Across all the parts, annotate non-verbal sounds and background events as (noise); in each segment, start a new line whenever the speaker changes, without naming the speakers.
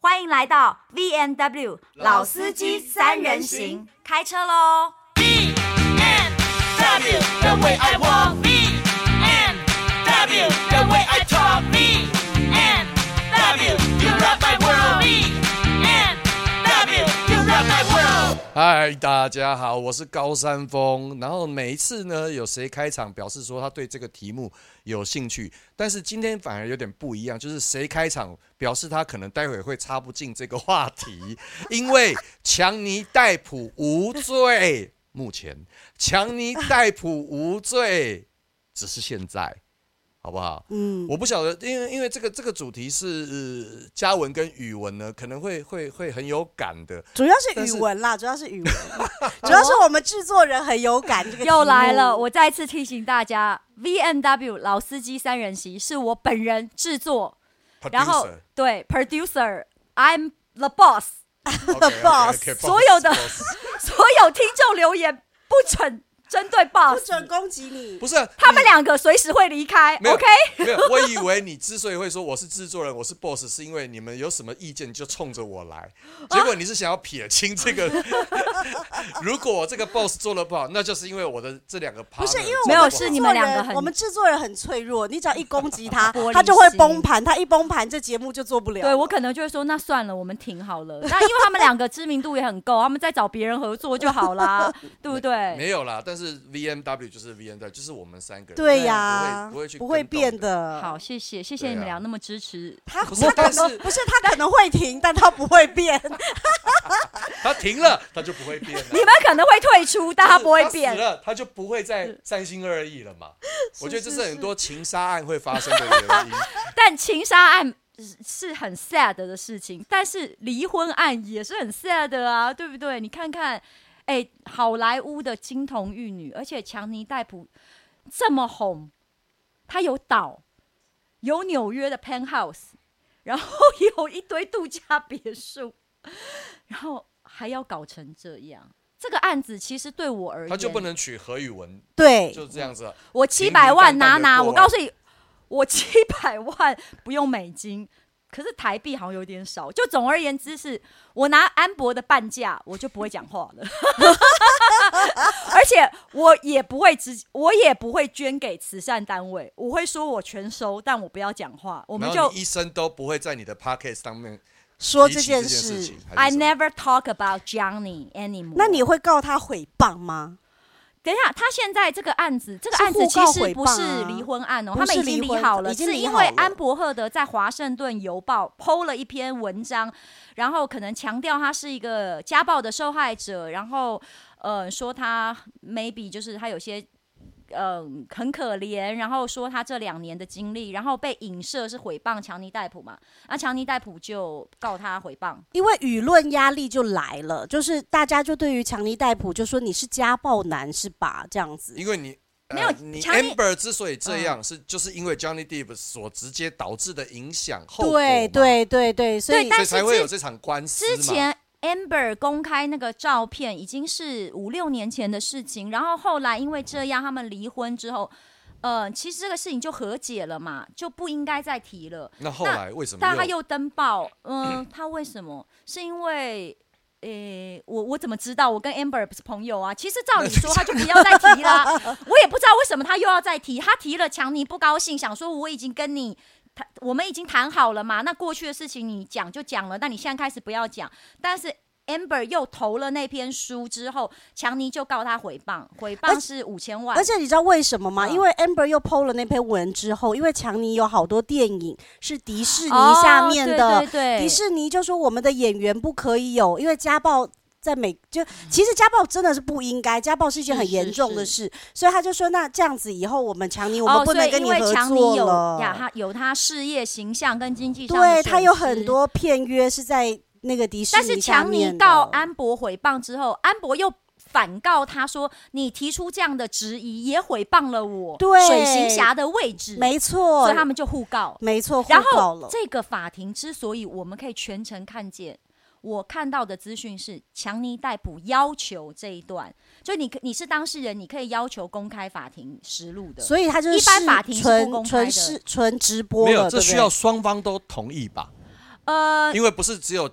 欢迎来到 V N W 老司机三人行，开车喽！
W, the way I walk. B and W, the way I talk. B and W, you rock my world. B and W, you rock my world.
嗨，大家好，我是高山峰。然后每一次呢，有谁开场表示说他对这个题目有兴趣，但是今天反而有点不一样，就是谁开场表示他可能待会会插不进这个话题，因为强尼戴普无罪。目前强尼戴普无罪，只是现在，好不好？嗯，我不晓得，因为因为这个这个主题是、呃、嘉文跟语文呢，可能会会会很有感的。
主要是语文啦，主要是语文， (laughs) 主要是我们制作人很有感。这个
又来了，
我
我再次提醒大家，V N W 老司机三人行是我本人制作，然后
Producer
对 producer，I'm the boss， (laughs)
OK，OK，OK，
boss，
boss，
所有的
boss
所有听众留言不准针对
不
boss，
准攻击你
不。是啊
他们两个随时会离开
没有
，OK？
没有。我以为你之所以会说我是制作人，我是 boss，是因为你们有什么意见就冲着我来，结果你是想要撇清这个。如果我这个 boss 做的不好，那就是因为我的这两个 partner
不是因
做
为
得
我
不
没有
好
们
是
制
你
作
们两
人
个很
我们制作人很脆弱，你只要一攻击他
(laughs) 玻璃，
他就会
心
崩盘，他一崩盘这节目就做不了。
对我可能就会说，那算了，我们停好了。那因为他们两个知名度也很够，他们再找别人合作就好
(laughs)
啦，对不对？
没有啦，但是 VMW 就是 VMW，就是我们三个人，
对呀，
不会不会去跟动
变
的
的。
好，，谢谢，谢谢
啊
你们俩那么支持。 (laughs)
他
不是
他可
但
能
是
不是他可能会停，但他不会
(laughs)
变。
他停了，他就不会变了。
你们可能会退出，但他不会
他
变
死。了，他就不会再三心二意了嘛。我觉得这是很多情杀案会发生的原因。
但情杀案是是很 sad 的事情，但是离婚案也是很 sad 的啊，对不对？你看看，哎，好莱坞的金童玉女，而且强尼戴普这么红，他有岛，有纽约的 penthouse，然后 (laughs) 有一堆度假别墅，然后还要搞成这样。这个案子其实对我而言，
他就不能娶何宇文，
对，
就这样子。啊
我七百万拿拿，
平
我
平淡淡地过完
告诉你，我七百万不用美金，可是台币好像有点少。就总而言之是，我拿安博的半价，我就不会讲话了， (laughs) 而且我也不会直，我也不会捐给慈善单位，我会说我全收，但我不要讲话，我
我
们就
一生都不会在你的 podcast 上面
说
提
这
起
件
事
事
情。。还
I
是什么
never talk about Johnny anymore。
那你会告他诽谤吗？
等一下，他现在这个案子，这个
是
案子
互
其
告
实
诽
不
谤
是
啊
离婚案哦，
不
他们
是
已经
离婚
好了，
已经
是
离
因
好
为
了
安伯赫德在《华盛顿邮报》剖了一篇文章，然后可能强调他是一个家暴的受害者，然后呃说他 maybe 就是他有些。嗯，很可怜。然后说他这两年的经历，然后被影射是诽谤强尼戴普嘛，那强尼戴普就告他诽谤。
因为舆论压力就来了，就是大家就对于强尼戴普就说你是家暴男是吧？这样子，
因为你。呃
没有
你
强烈嗯
Amber 之所以这样，是就是因为 Johnny Depp 所直接导致的影响后果嘛
对，对对对，所以
但
所
是
以才会有这场官司嘛。
之前 Amber 公开那个照片已经是五六年前的事情，然后后来因为这样他们离婚之后，呃，其实这个事情就和解了嘛，就不应该再提了。
那后来为什么？
但他又登
(clears throat)
报，嗯、他为什么？是因为，诶、我我怎么知道？我跟 Amber 不是朋友啊。其实照理说，他就不要再提啦。 (laughs) 我也不知道为什么他又要再提。他提了，强尼不高兴，想说我已经跟你。谈，我们已经谈好了嘛，那过去的事情你讲就讲了，那你现在开始不要讲。但是 Amber 又投了那篇书之后，强尼就告他诽谤，诽
而
谤是五千万
而。且你知道为什么吗？
嗯
因为 Amber 又 PO 了那篇文之后，因为强尼有好多电影是迪士尼下面
哦、
的，
对对对
迪士尼就说我们的演员不可以有，因为家暴。在美就其实家暴真的是不应该，家暴是一件
嗯是
很
是
严重的
是
事，所以他就说那这样子以后我们强尼我
哦，
们
所
不
以
能跟
因
你
为
合
强尼
作
有
了。
呀，他有他事业形象跟经济上的
对
损
他有
失
很。多片约是在那个迪士
但
尼
是
下
强
面
尼
的，
告安博诽谤之后，安博又反告他说：“你提出这样的质疑，也诽谤了我
对
水行侠的位置。”
没错，
所以他们就互告。
没错，
然
互告
后
了
这个法庭之所以我们可以全程看见，我看到的资讯是强尼逮捕要求这一段，就你可你是当事人，你可以要求公开法庭实录的。
所以他就是
一般
视
法庭是不
纯
公开
纯
的
是纯直播
没有，
了，
这
对不
需
对
要双方都同意吧？
呃，
因为不是只有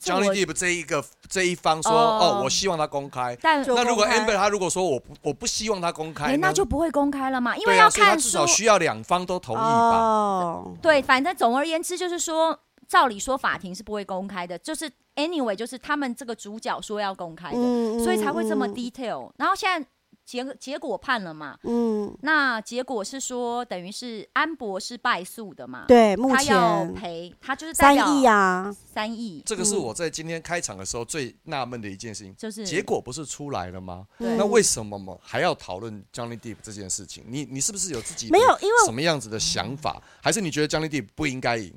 这我
Johnny Depp 这一个这一方说
哦
哦，我希望他公开。
但
就
那如果
公开
Amber 他如果说我不我不希望他公开
哎，
呢，
那就不会公开了嘛，因为
对
要
啊，所以他
看
至
书
少需要两方都同意吧。
哦，
对，反正总而言之就是说，照理说法庭是不会公开的，就是 anyway，就是他们这个主角说要公开的，
嗯
所以才会这么。
嗯
detail。然后现在结结果判了嘛，
嗯，
那结果是说等于是安博是败诉的嘛，，
对，目
他要
前
赔，他就是代
三
表
亿啊，
三亿，
这个是我在今天开场的时候最纳闷的一件事情。
嗯就是嗯
结果不是出来了吗？
对
那为什么嘛还要讨论 Johnny Depp 这件事情？你你是不是有自己
没有因为
什么样子的想法？还是你觉得 Johnny Depp 不应该赢？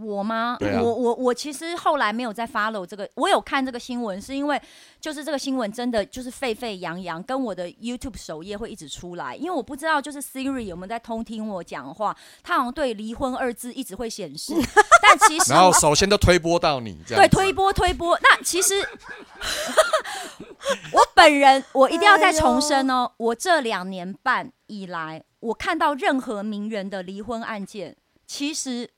我吗？
对啊
我我我其实后来没有再 follow 这个，我有看这个新闻，是因为就是这个新闻真的就是沸沸扬扬，跟我的 YouTube 首页会一直出来，因为我不知道就是 Siri 有没有在偷听我讲话，他好像对离婚二字一直会显
(laughs)
示，但其实
然后
我
首先都推波到你这样
对
子。
推波推波，那其实我本人我一定要再
哎
重申哦，我这两年半以来，我看到任何名人的离婚案件，其实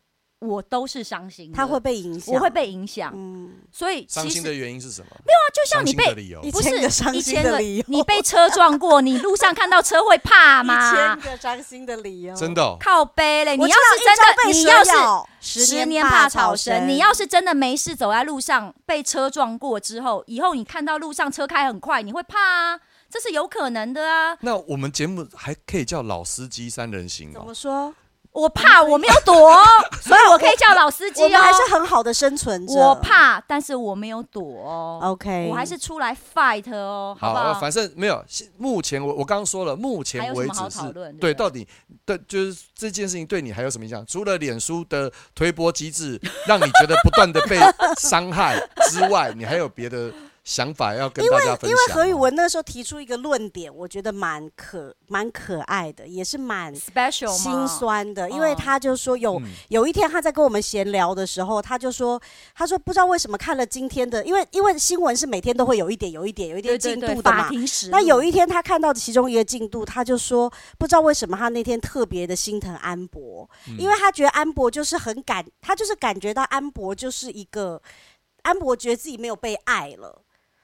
我都是伤心的，
他会被影响，
我会被影响，
嗯，
所以
伤
其
心的
实
原因是什么？
就像
伤
你
心的
被
理由
一
不
千
是
个伤
一
心
千
的
个
理由
你被车撞过，你路上看到车会怕
(laughs) 一
吗
千？个伤心的理由，
真的哦、
靠背嘞，你
我
要
知道
是真的，
一
你
朝被
要
蛇
是
咬
十
年
年怕
草
草绳，你要是真的没事走在路上被车撞过之后，以后你看到路上车开很快，你会怕啊，这是有可能的啊。
那我们节目还可以叫老司机三人行
怎
哦
么。说？
我怕，我没有躲
(laughs)
哦，所以我可以叫老司机
我们还
哦。
是很好的生存者。
我怕，但是我没有躲哦，
，OK，
我还是出来 fight 哦，好不
那
好？
反正没有。现目前我我刚刚说了，目
还有
前
什
为
么好
止
讨
是
论对不对
对，到底对就是这件事情对你还有什么影响？除了脸书的推波机制让你觉得不断的被伤害之外，你还有别的想法要跟大家分
因为
享吗？
何宇文那时候提出一个论点，我觉得蛮可蛮可爱的，也是蛮
special 吗？
心酸的，因为
嗯
他就说有、
嗯
有一天他在跟我们闲聊的时候，他就说他说不知道为什么看了今天的，因为因为新闻是每天都会有一点有一点有一点
对对
进
对，
度的
法
嘛。
庭时
那有
一
一天他看到其中一个进度，他就说不知道为什么他那天特别的心疼安博，
嗯
因为他觉得安博就是很感，他就是感觉到安博就是一个安博觉得自己没有被爱了。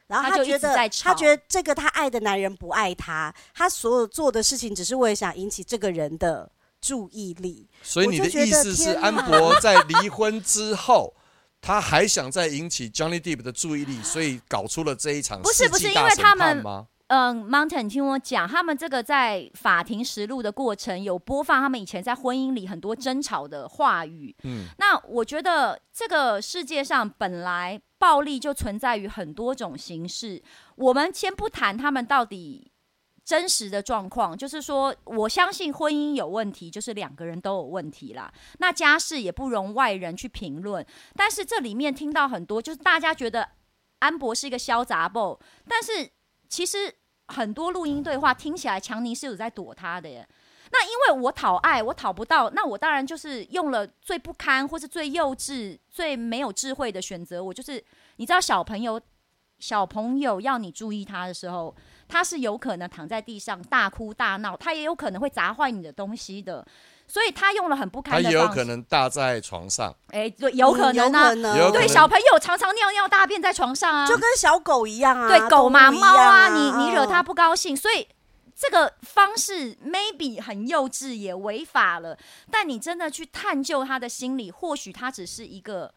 然后
他就一
觉
直
得
在，
他
吵
觉得这个他爱的男人不爱他，他所有做的事情只是为了想引起这个人的注意力。
所以你的
我就觉得
意思是，
天哪
安博在离婚之后，他还想再引起 Johnny Depp 的注意力，所以搞出了这一场
不是
世
不是
纪
因
大
为
审
他
判
们
吗？
嗯，Mountain，你听我讲，他们这个在法庭实录的过程有播放他们以前在婚姻里很多争吵的话语。
嗯，
那我觉得这个世界上本来暴力就存在于很多种形式，我们先不谈他们到底。真实的状况就是说，我相信婚姻有问题，就是两个人都有问题啦。那家事也不容外人去评论，但是这里面听到很多，就是大家觉得安博是一个潇洒 b 但是其实很多录音对话听起来，强尼是有在躲他的耶。那因为我讨爱，我讨不到，那我当然就是用了最不堪或是最幼稚、最没有智慧的选择。我就是，你知道，小朋友，小朋友要你注意他的时候，他是有可能躺在地上大哭大闹，他也有可能会砸坏你的东西的。所以他用了很不
他
堪的
也有
方
可
式，
能搭在床上，
哎，对，有可能啊，
嗯有
有
可
可
能
对，
能
小朋友常常尿尿大便在床上啊，
就跟小狗一样啊，
对狗嘛、
动物一
猫
样
啊，
啊，
你你惹
嗯
它不高兴，所以这个方式 maybe 很幼稚，也违法了。但你真的去探究他的心理，或许他只是一个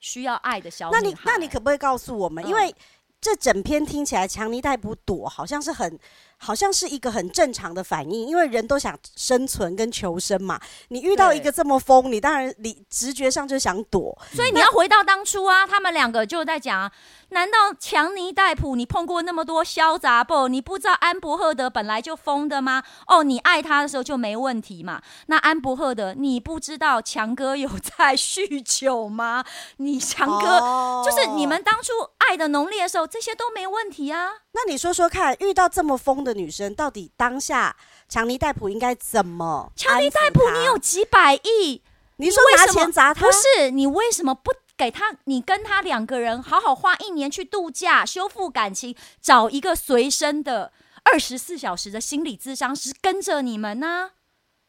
需要爱的小女
那
孩。
你那你可不可以告诉我们？因
嗯
为这整篇听起来，强尼戴普躲好像是很，好像是一个很正常的反应，因为人都想生存跟求生嘛。你遇到一
对
个这么疯，你当然你直觉上就想躲。
所以你要回到当初啊，他们两个就在讲、啊，难道强尼戴普你碰过那么多潇洒 b 你不知道安博赫德本来就疯的吗？哦，你爱他的时候就没问题嘛。那安博赫德，你不知道强哥有在酗酒吗？你强哥、
哦
就是你们，当初爱的浓烈的时候，这些都没问题啊。
那你说说看，遇到这么疯的女生，到底当下强尼戴普应该怎么？
强尼戴普，你有，几百亿，
你说
为
拿
什么
钱砸他？
不是你为什么不给他？你跟他两个人好好花一年去度假，修复感情，找一个随身的二十四小时的心理咨商师跟着你们呢、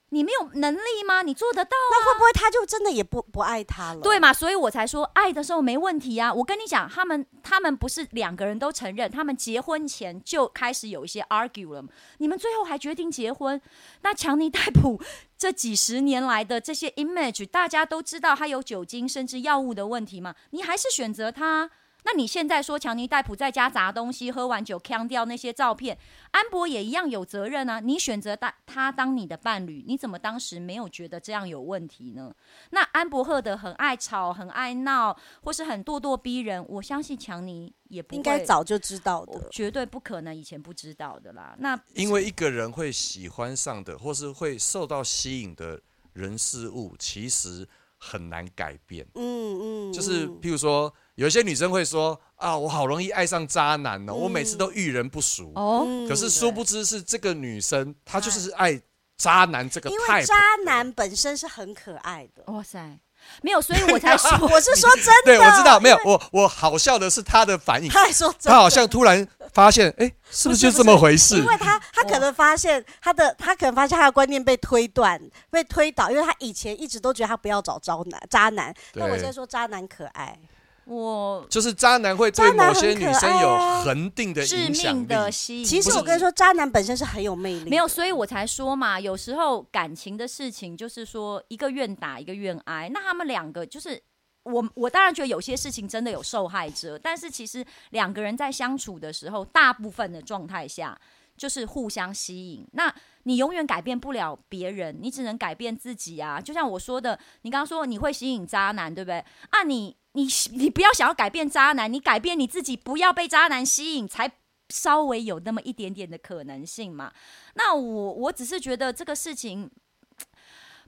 你没有能力吗？你做得到啊
那会不会他就真的也不不爱他了？
对嘛？所以我才说爱的时候没问题啊！我跟你讲，他们他们不是两个人都承认，他们结婚前就开始有一些 argue 了嘛。你们最后还决定结婚，那强尼戴普这几十年来的这些 image，大家都知道他有酒精甚至药物的问题嘛，你还是选择他。那你现在说强尼戴普在家砸东西、喝完酒呛掉那些照片，安博也一样有责任啊！你选择他他当你的伴侣，你怎么当时没有觉得这样有问题呢？那安博赫德很爱吵、很爱闹，或是很咄咄逼人，我相信强尼也不会
应该早就知道的。
绝对不可能以前不知道的啦。那
因为一个人会喜欢上的，或是会受到吸引的人事物，其实很难改变。
嗯嗯，
就是
嗯
譬如说，有一些女生会说啊，我好容易爱上渣男哦，我每次都遇人不淑。
哦，
嗯
可是殊不知是这个女生，她就是爱渣男这个
哎因为
type
渣男本身是很可爱的。
哇塞，没有，所以我才说
(laughs) 我是说真
哦 (laughs) 对，
的，哦
我知道，没有我我好笑的是她的反应，
(laughs) 他还说真的，
她好像突然发现，哎、是不是就这么回事
因？为他他可能发现他的他可能发现他的观念被推断被推倒，因为他以前一直都觉得他不要找渣男渣男，但我
对
现在说渣男可爱，
我
就是渣男会对某些女
渣男很可
生
爱
有
啊
恒定的
致
影响
命
力。
的吸引。
其实
嗯不是嗯
我跟你说，渣男本身是很有魅力的，
没有，所以我才说嘛，有时候感情的事情就是说一个愿打一个愿挨，那他们两个就是。我我当然觉得有些事情真的有受害者，但是其实两个人在相处的时候，大部分的状态下就是互相吸引。那你永远改变不了别人，你只能改变自己啊。就像我说的，你刚刚说你会吸引渣男，对不对？啊你，你你不要想要改变渣男，你改变你自己，不要被渣男吸引，才稍微有那么一点点的可能性嘛。那我我只是觉得这个事情，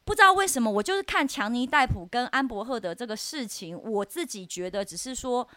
不知道为什么，我就是看强尼戴普跟安伯赫德这个事情，我自己觉得只是说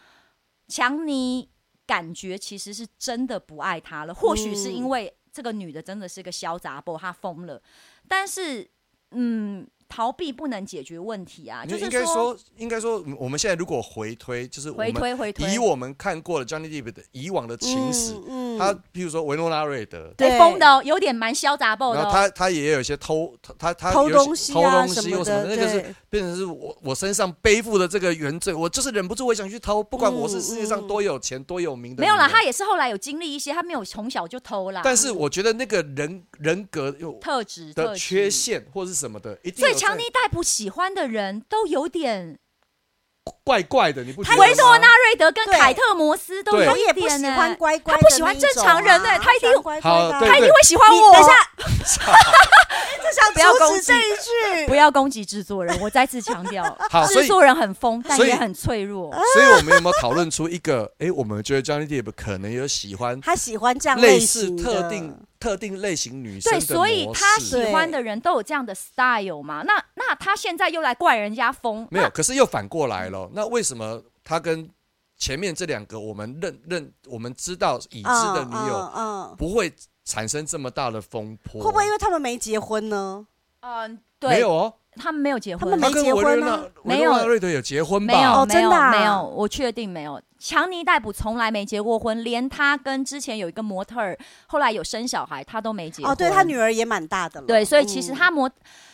强尼感觉其实是真的不爱他了，或许是
嗯
因为这个女的真的是个小杂包，她疯了，但是嗯。逃避不能解决问题啊，
你
就是
应该说，应该说，我们现在如果回推，就是我
回
们
推回推，哎
以我们看过的 Johnny Depp 的以往的情史，
嗯
他譬如说维诺拉瑞德，
对
对
疯的哦，有点蛮潇洒爆的
然后
哦。
他他也有一些偷他他
偷
有一些
东西
偷
啊
东西
么
或什么
的，
的，那个是
对
变成是我我身上背负的这个原罪，我就是忍不住我想去偷，不管我是世界上多有钱、多有名的，
嗯没有啦，他。也是后来有经历一些，他没有从小就偷啦。
但是我觉得那个人人格有
特质特
的
质
缺陷或是什么的，一定
所以
有
强
在
尼戴普喜欢的人都有点，
怪怪的，你不觉得吗？
维多纳瑞德跟
对
凯特摩斯都
对
有
他
一
也不
点
喜
呢
欢乖乖的那一种啊，
他不喜欢正常人呢他一定
啊喜欢乖乖的啊
好对
他一定会喜欢
你
我。
等一下，就想
不要
阻
攻
止
击
(laughs) 这一句，
不要攻击制作人，我再次强调
(laughs) 好，所
制
以
作人很疯，但
所以
也很脆弱。
所以我们有没有讨论出一个？诶，我们觉得 Johnny Depp 可能有喜欢
他喜欢这样
类似
型的
特定特定类型女生
对，
的
所以
模
他
式
喜欢的人都有这样的 style 嘛？那那他现在又来怪人家疯，
没有，可是又反过来了。那为什么他跟前面这两个我们认认我们知道已知的女友
嗯嗯，
不会产生这么大的风波？
嗯会不会因为他们没结婚呢？
嗯，
没
对
有，哦？
他们没有结婚，
他们没
他跟
结
维
婚
罗纳
啊
维
没
罗纳
有
瑞德有结婚吧？
没有，
哦
没
真的
有
啊
没有，我确定没有。强尼戴普从来没结过婚，连他跟之前有一个模特儿，后来有生小孩，他都没结婚。
哦，对他女儿也蛮大的了，
对，所以其实
嗯
他模、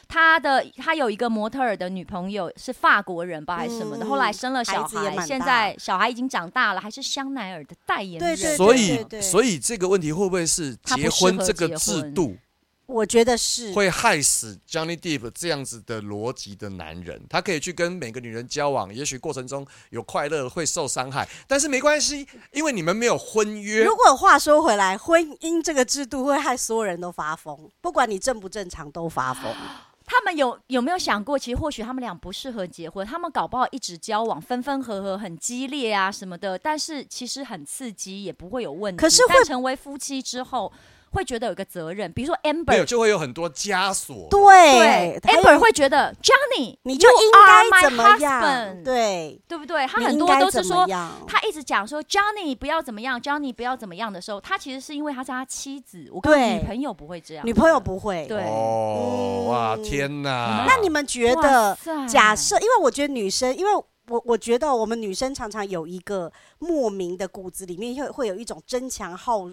他的他有一个模特儿的女朋友是法国人吧，还是什么的，
嗯
后来生了小
孩子也
孩，
蛮
现
大
在小孩已经长大了，还是香奈儿的代言人。
对对
所
对对
以
对
所以这个问题会不会是
他不
结婚
适合
这个
结
制
婚
度？
我觉得是
会害死 Johnny Depp 这样子的逻辑的男人，他可以去跟每个女人交往，也许过程中有快乐，会受伤害，但是没关系，因为你们没有婚约
如。果话说回来，婚姻这个制度会害所有人都发疯，不管你正不正常都发疯。
啊
他们有有没有想过，其实或许他们俩不适合结婚，他们搞不好一直交往，分分合合，很激烈啊什么的，但是其实很刺激，也不会有问题。
可是会
但成为夫妻之后，会觉得有一个责任，比如说
没有，
Amber，
就会有很多枷锁。
对还有
，Amber 会觉得 Johnny，
你就
you
应
are
该
my
怎么样？
husband
对，
对不对？他
你
很
应
多
该
都是
怎么
说，
样
他一直讲说 Johnny 不要怎么样，Johnny 不要怎么样的时候，他其实是因为他是他妻子，我跟
对
女朋友不会这样，
女朋友不会。
对
哦，
嗯
哇，天哪！
那你们觉得
哇，塞
假设，因为我觉得女生，因为我我觉得我们女生常常有一个莫名的骨子里面会会有一种争强好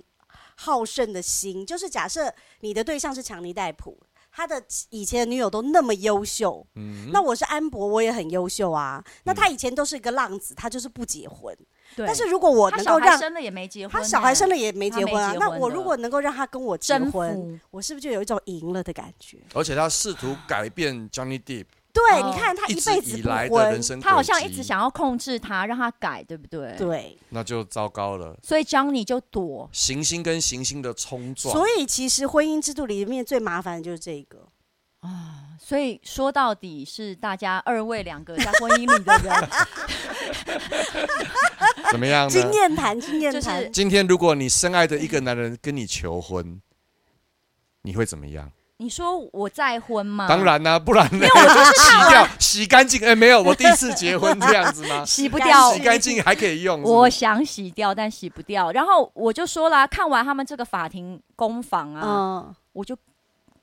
好胜的心，就是假设你的对象是强尼戴普。他的以前的女友都那么优秀，
嗯
那我是安博，我也很优秀啊。那他以前都是一个浪子，他就是不结婚。
对，
但是如果我
他
能
小
够
孩
让
生了也没结婚呢，
他小孩生了也没
他
结
没
婚啊
结，
那
婚
我
的
如果能够让他跟我结
征
婚，
服，
我是不是就有一种赢了的感觉？
而且他试图改变 Johnny Depp
对，
哦
你看他
一直
辈子
以
不
来的
婚
人，生轨迹，
他好像一直想要控制他，让他改，对不对？，
对，
那就糟糕了。
所以 Johnny 就躲，
行星跟行星的冲撞，
所以其实婚姻制度里面最麻烦的就是这一个。
所以说到底是大家二位两个在婚姻里的
(laughs)
人，
怎么样呢
经？验
(laughs)
谈，经验
就是
谈，
今天如果你深爱的一个男人跟你求婚，你会怎么样？
你说我再婚吗？？
当，然啦、不然呢？ (laughs) 洗掉、洗干净。哎、没有，我第一次结婚这样子吗
(laughs) 洗不
干
掉
洗干净还可以用。是不
我
是
想洗掉，但洗不掉。然后我就说啦，看完他们这个法庭攻防啊，
嗯，
我就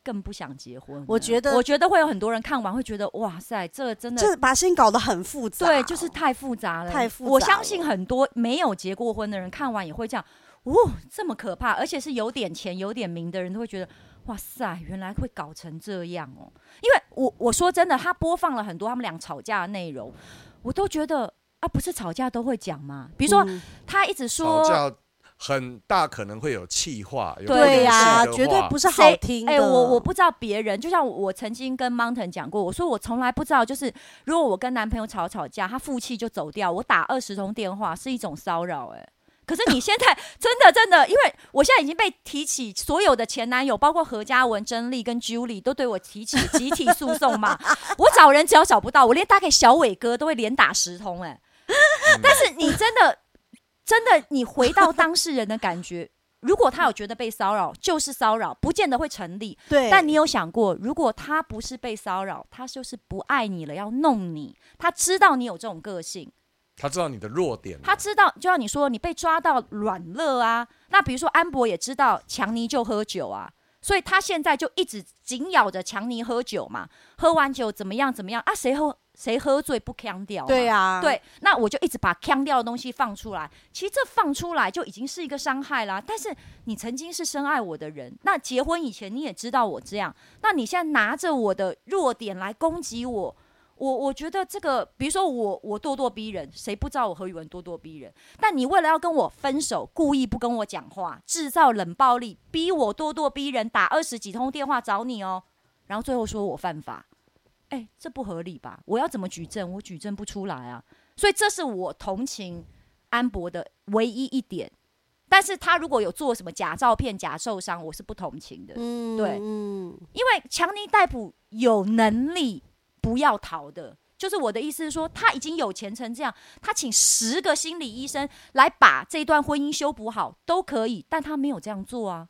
更不想结婚了。
我觉得
我觉得会有很多人看完会觉得，哇塞，这个真的
就是把事情搞得很复杂。
嗯对，就是太复杂了。
太复
我
杂
相信
了
很多没有结过婚的人看完也会这样，哦，这么可怕，而且是有点钱、有点名的人都会觉得，哇塞，原来会搞成这样哦。因为我我说真的，他播放了很多他们俩吵架的内容，我都觉得啊，不是吵架都会讲吗？比如说、
嗯
他一直说
吵。架很大可能会有气话，有
对
呀、
呀，绝对不
是。
是好
谁
听的。
哎、我我不知道别人，就像我曾经跟 Mountain 讲过，我说我从来不知道，就是如果我跟男朋友吵吵架，他负气就走掉，我打二十通电话是一种骚扰、哎。可是你现在 (laughs) 真的真的，因为我现在已经被提起所有的前男友，包括何嘉文、甄丽跟 Julie 都对我提起集体诉讼嘛。我找人只要找不到，我连打给小伟哥都会连打十通
(laughs)
哎、
嗯
但是你真的真的，你回到当事人的感觉，如果他有觉得被骚扰，就是骚扰，不见得会成立。
对，
但你有想过，如果他不是被骚扰，他就是不爱你了，要弄你。他知道你有这种个性，
他知道你的弱点了，
他知道，就像你说，你被抓到软肋啊。那比如说安博也知道强尼就喝酒啊，所以他现在就一直紧咬着强尼喝酒嘛。喝完酒怎么样怎么样啊？谁喝谁喝醉不腔掉？
对。啊，
对，那我就一直把腔掉的东西放出来。其实这放出来就已经是一个伤害啦。但是你曾经是深爱我的人，那结婚以前你也知道我这样，那你现在拿着我的弱点来攻击我。我我觉得这个，比如说我我咄咄逼人，谁不知道我何宇文咄咄逼人？但你为了要跟我分手，故意不跟我讲话，制造冷暴力，逼我咄咄逼人，打二十几通电话找你哦，然后最后说我犯法，哎，这不合理吧？我要怎么举证？我举证不出来啊！所以这是我同情安博的唯一一点。但是他如果有做什么假照片、假受伤，我是不同情的，
嗯，
对
嗯，
因为强尼戴普有能力不要逃的。就是我的意思是说，他已经有钱成这样，他请十个心理医生来把这段婚姻修补好都可以，但他没有这样做啊，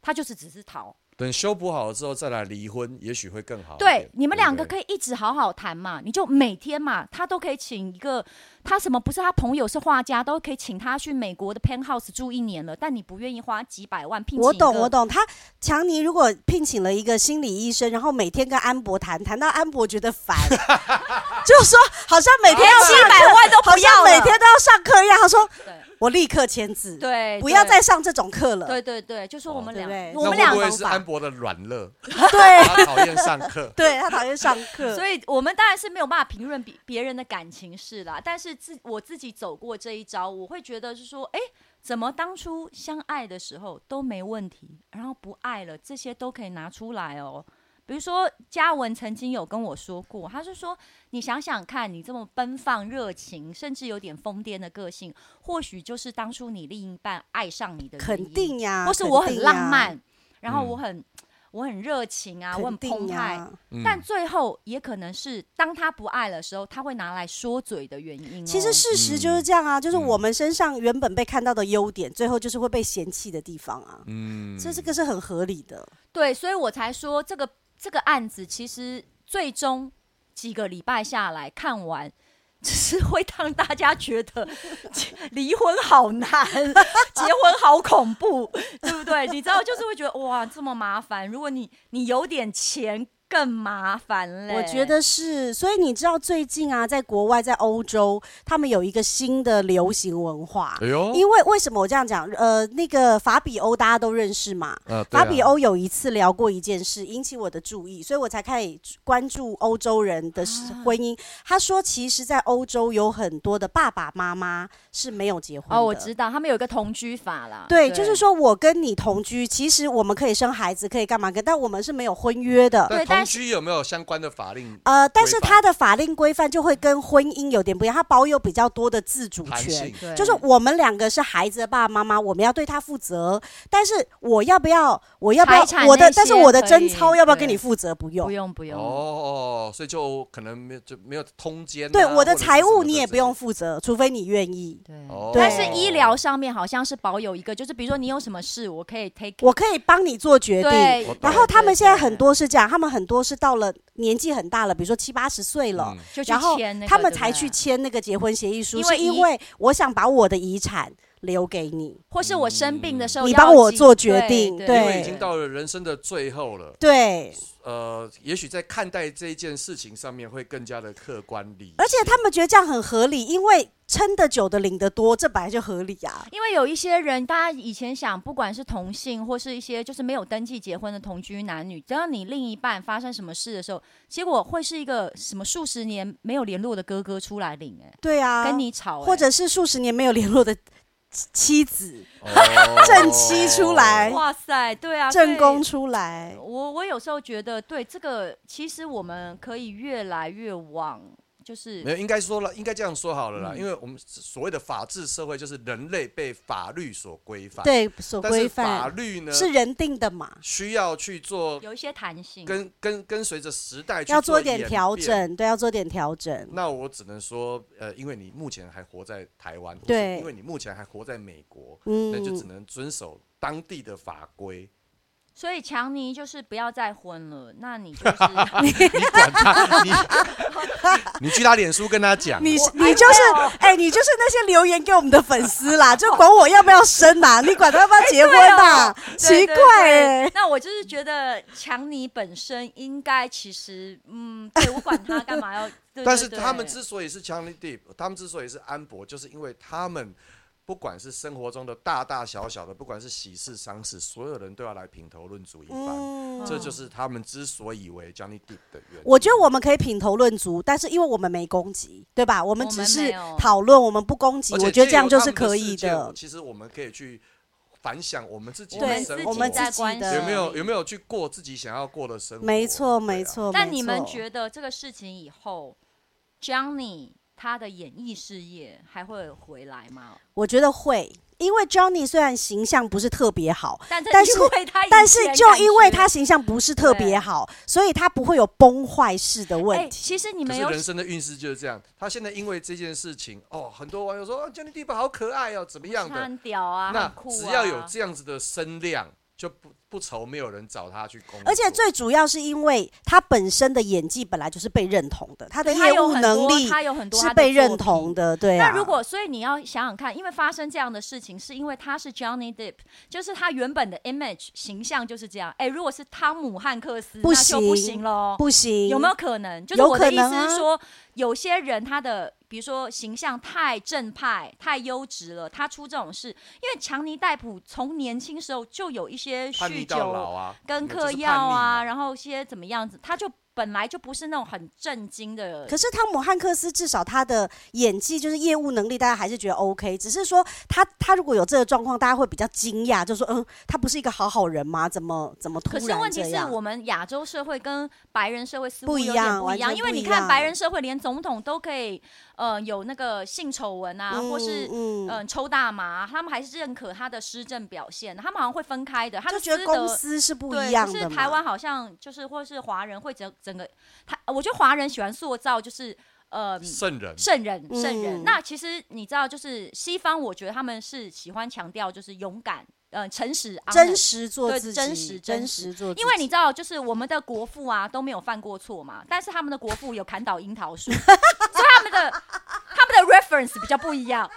他就是只是逃。啊
等修补好了之后再来离婚，也许会更好一点。
对，你们两个可
以
以一直好好谈嘛，你就每天嘛，他都可以请一个，他什么不是他朋友是画家，都可以请他去美国的 penthouse 住一年了，但你不愿意花几百万聘请
我懂
一个
我懂。他强尼如果聘请了一个心理医生，然后每天跟安博谈，谈到安博觉得烦，就说好像每天要上
700
课
万都不
好像
要
每
了
天都要上课一样。他说
对
我立刻签字，，
对，
不要
对
再上这种课了。
对对对，就说我们
对
俩，
不对
我们俩
会不会
都
是
吧
安博的软肋？
对，
他讨厌上课
(laughs)
对，他讨厌上课，
所以我们当然是没有办法评论别别人的感情事啦，但是自我自己走过这一招，我会觉得是说，哎，怎么当初相爱的时候都没问题，然后不爱了，这些都可以拿出来哦。比如说，嘉文曾经有跟我说过，他是说，你想想看，你这么奔放、热情，甚至有点疯癫的个性，或许就是当初你另一半爱上你的原因
肯定呀，
或是
肯
我很
定啊
浪
呀，
漫，然后
嗯
我很、我很热情啊，我很
肯定
澎湃，
呀。
嗯
但最后也可能是当他不爱的时候，他会拿来说嘴的原因、哦。
其实事实
嗯
就是这样啊，就是我们身上原本被看到的优点，最后就是会被嫌弃的地方啊。
嗯
这这个是很合理的。
对，所以我才说这个这个案子其实最终几个礼拜下来看完。只是会让大家觉得结离婚好难，结婚好恐怖，对不对？你知道，就是会觉得哇，这么麻烦。如果你你有点钱更麻烦嘞。
我觉得是，所以你知道最近啊，在国外，在欧洲，他们有一个新的流行文化。
哎呦，
因为为什么我这样讲？呃，那个法比欧大家都认识嘛。
呃，对啊
法比欧有一次聊过一件事，引起我的注意，所以我才开始关注欧洲人的事婚姻。他说，其实，在欧洲有很多的爸爸妈妈是没有结婚的。
哦，我知道他们有一个同居法啦。
对，就是说我跟你同居，其实我们可以生孩子，可以干嘛？可但我们是没有婚约的。
对
但
但
同
是
居有没有相关的法令
呃，但
规
是
范
它的法令规范就会跟婚姻有点不一样，它保有比较多的自主
弹
权
性。？
对
就是我们两个是孩子的爸爸妈妈，我们要对他负责。但是我要不要？我要不要
财产？
我的
那，些
但是我的
可以
贞操要不要跟
对
你负责？不
不
用。
用不用。
哦，所以就可能没有就没有通奸啊、
对我的
或者是
财
什
务
么
你也
这
不用负责，除非你愿意。
对
哦，
但是医疗上面好像是保有一个，就是比如说你有什么事，我可以 take
我可以帮你做决定。
对
我懂，
然后他们现在很
对
多是这样，他们很多是到了年纪很大了，比如说七八十岁了，
嗯
就去
然后
签那个，
他们
对不
才
对
去，签那个结婚协议书，
因
是
为
因
遗
为我想把我的遗产留给你。
或是我生病的时候
嗯你
要
帮我
记
做决定对
因为已经到了人生的最后了，
对，
呃，也许在看待这一件事情上面会更加的客观理性，
而且他们觉得这样很合理，因为撑得久的领得多，这本来就合理啊。
因为有一些人，大家以前想，不管是同性或是一些就是没有登记结婚的同居男女，只要你另一半发生什么事的时候，结果会是一个什么数十年没有联络的哥哥出来领、欸，
对啊，
跟你吵、欸
或者是数十年没有联络的妻妻子，
哦
正妻出来
哇塞，对啊，
正宫
所
出来
以。我我有时候觉得，对这个，其实我们可以越来越往，就是
没有，应该说了，应该这样说好了
嗯
啦，因为我们所谓的法治社会就是人类被法律所规范，，
对所
但是
规
法
范
律呢
是人定的嘛，
需要去做
有一些弹性。
跟跟跟随着时代去
要
做
做点
演
调
变。
整，对，要做点调整。
那我只能说，呃，因为你目前还活在台湾，或是
对
因为你目前还活在美国，
嗯
那就只能遵守当地的法规。 (laughs)
所以强尼就是不要再婚了，那你
(laughs)
就是
你管他，你你去他脸书跟他讲，啊
你是你就是哎、你就是那些留言给我们的粉丝啦，就管我要不要生啦，你管他要不要结婚啦，
对
奇
对
怪
对
哎、
那我就是觉得强尼本身应该其实，嗯，对我管他干嘛
(laughs)
要？对
但是
对
他们
对
之所以是 Charlie Deep，他们之所以是安博，就是因为他们不管是生活中的大大小小的，不管是喜事丧事，所有人都要来品头论足一番。
嗯
这就是他们之所以为 Johnny Deep 的原因。
我觉得我们可以品头论足，但是因为我们没攻击，对吧？我们
我
只
们没
是
有
讨论，我们不攻击，
而且
我觉得这样
借
就
由他
是
们
可
事
以
件
的。
其实我们可以去反想我们自己
我
的
们
对
自
生
己
活，
我们自
在
己
关
的
系
有没有有没有去过自己想要过的生活？
没错，
对啊
没。错。
但
没
你们
错
觉得这个事情以后，Johnny 他的演艺事业还会回来吗？
我觉得会，因为 Johnny 虽然形象不是特别好，
但
但
是
是
因为他以前感觉，
但是就因为他形象不是特
对
别好，所以他不会有崩坏式的
哎、
问题。
其实你
可
们
是
有
人生的运势就是这样，他现在因为这件事情，哦，很多网友说、啊、Johnny Depp 好可爱哦，怎么样
他
的？
很屌啊，
那
很酷啊
只要有这样子的声量，就不不愁没有人找他去工作。
而且最主要是因为他本身的演技本来就是被认同的，他的
他
业
有
务
很
能
多
力
他有很多
是
他的
被认
作品
同的，对啊。
那如果，所以你要想想看，因为发生这样的事情，是因为他是 Johnny Depp，就是他原本的 image 形象就是这样。哎，如果是汤姆汉克斯，
不
那就不
行
行喽。
不行，
有没有可能？就是
有
我的
可
意
能
思是
啊
说，有些人他的比如说形象太正派、太优质了，他出这种事，因为强尼戴普从年轻时候就有一些
叛逆
酗
到老
酒、
啊，
跟
那就是
嗑
叛逆
药啊，
嘛
然后一些怎么样子，他就本来就不是那种很正经的。
可是汤姆汉克斯至少他的演技就是业务能力，大家还是觉得 OK。只是说他他如果有这个状况，大家会比较惊讶，就说嗯，他不是一个好好人吗？怎么怎么突
可
然
是
这样？
问题是我们亚洲社会跟白人社会似乎
不一
有点
样
不一
完
样，
全
因为
不
你
一
看
样
白人社会连总统都可以，呃，有那个性丑闻啊，
嗯
或是嗯、
嗯
呃抽大麻，他们还是认可他的施政表现，他们好像会分开的，他
就
们
觉得
私
公
德
司是不
对
一样
可
的
是
嘛
台湾好像就是或是华人会整整个，他我觉得华人喜欢塑造就是呃
圣人。
圣人，圣人。
嗯
那其实你知道，就是西方，我觉得他们是喜欢强调就是勇敢，呃，诚实、honest
真实做
对
自己，
真实真
真
实
实做自己，
因为你知道，就是我们的国父啊都没有犯过错嘛，但是他们的国父有砍倒樱桃树，所 (laughs)
嗯
以他们的他们的 reference 比较不一样。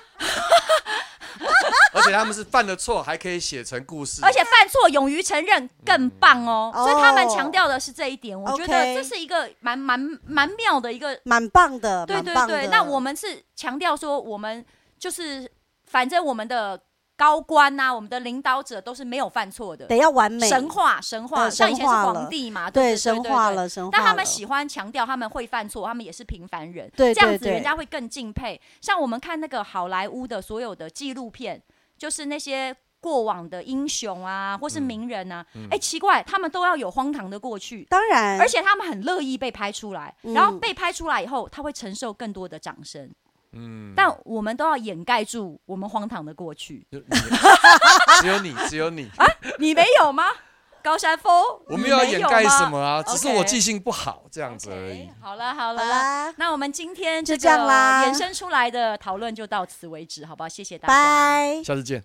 而且他们是犯了错还可以写成故事，
而且犯错勇于承认更棒哦，
嗯
所以他们
哦
强调的是这一点，我觉得
OK
这是一个蛮蛮蛮妙的一个，
蛮棒的，
对
蛮
对
棒的。
对。那我们是强调说，我们就是反正我们的高官啊呐、我们的领导者都是没有犯错的，
得要完美，
神话神话，
呃
像以前是
神话了
皇帝嘛，对
对
对
神化。了，神化
但
了。
他们喜欢强调他们会犯错，他们也是平凡人，
对
这样
对
子
对
人家会更敬佩。像我们看那个好莱坞的所有的纪录片，就是那些过往的英雄啊，或是名人啊，哎、奇怪，他们都要有荒唐的过去，
当然，
而且他们很乐意被拍出来，
嗯
然后被拍出来以后，他会承受更多的掌声。
嗯，
但我们都要掩盖住我们荒唐的过去，
就你 (laughs) 只有你，只有你，
你没有吗？高山峰，
我们
你
又要
没
掩
有
盖
吗
什么啊？只是我
OK
记性不好这样子而已
OK，。好了好了
好啦
那我们今天
就这样啦
延伸出来的讨论就到此为止，好不好？谢谢大家。
拜。
下次见。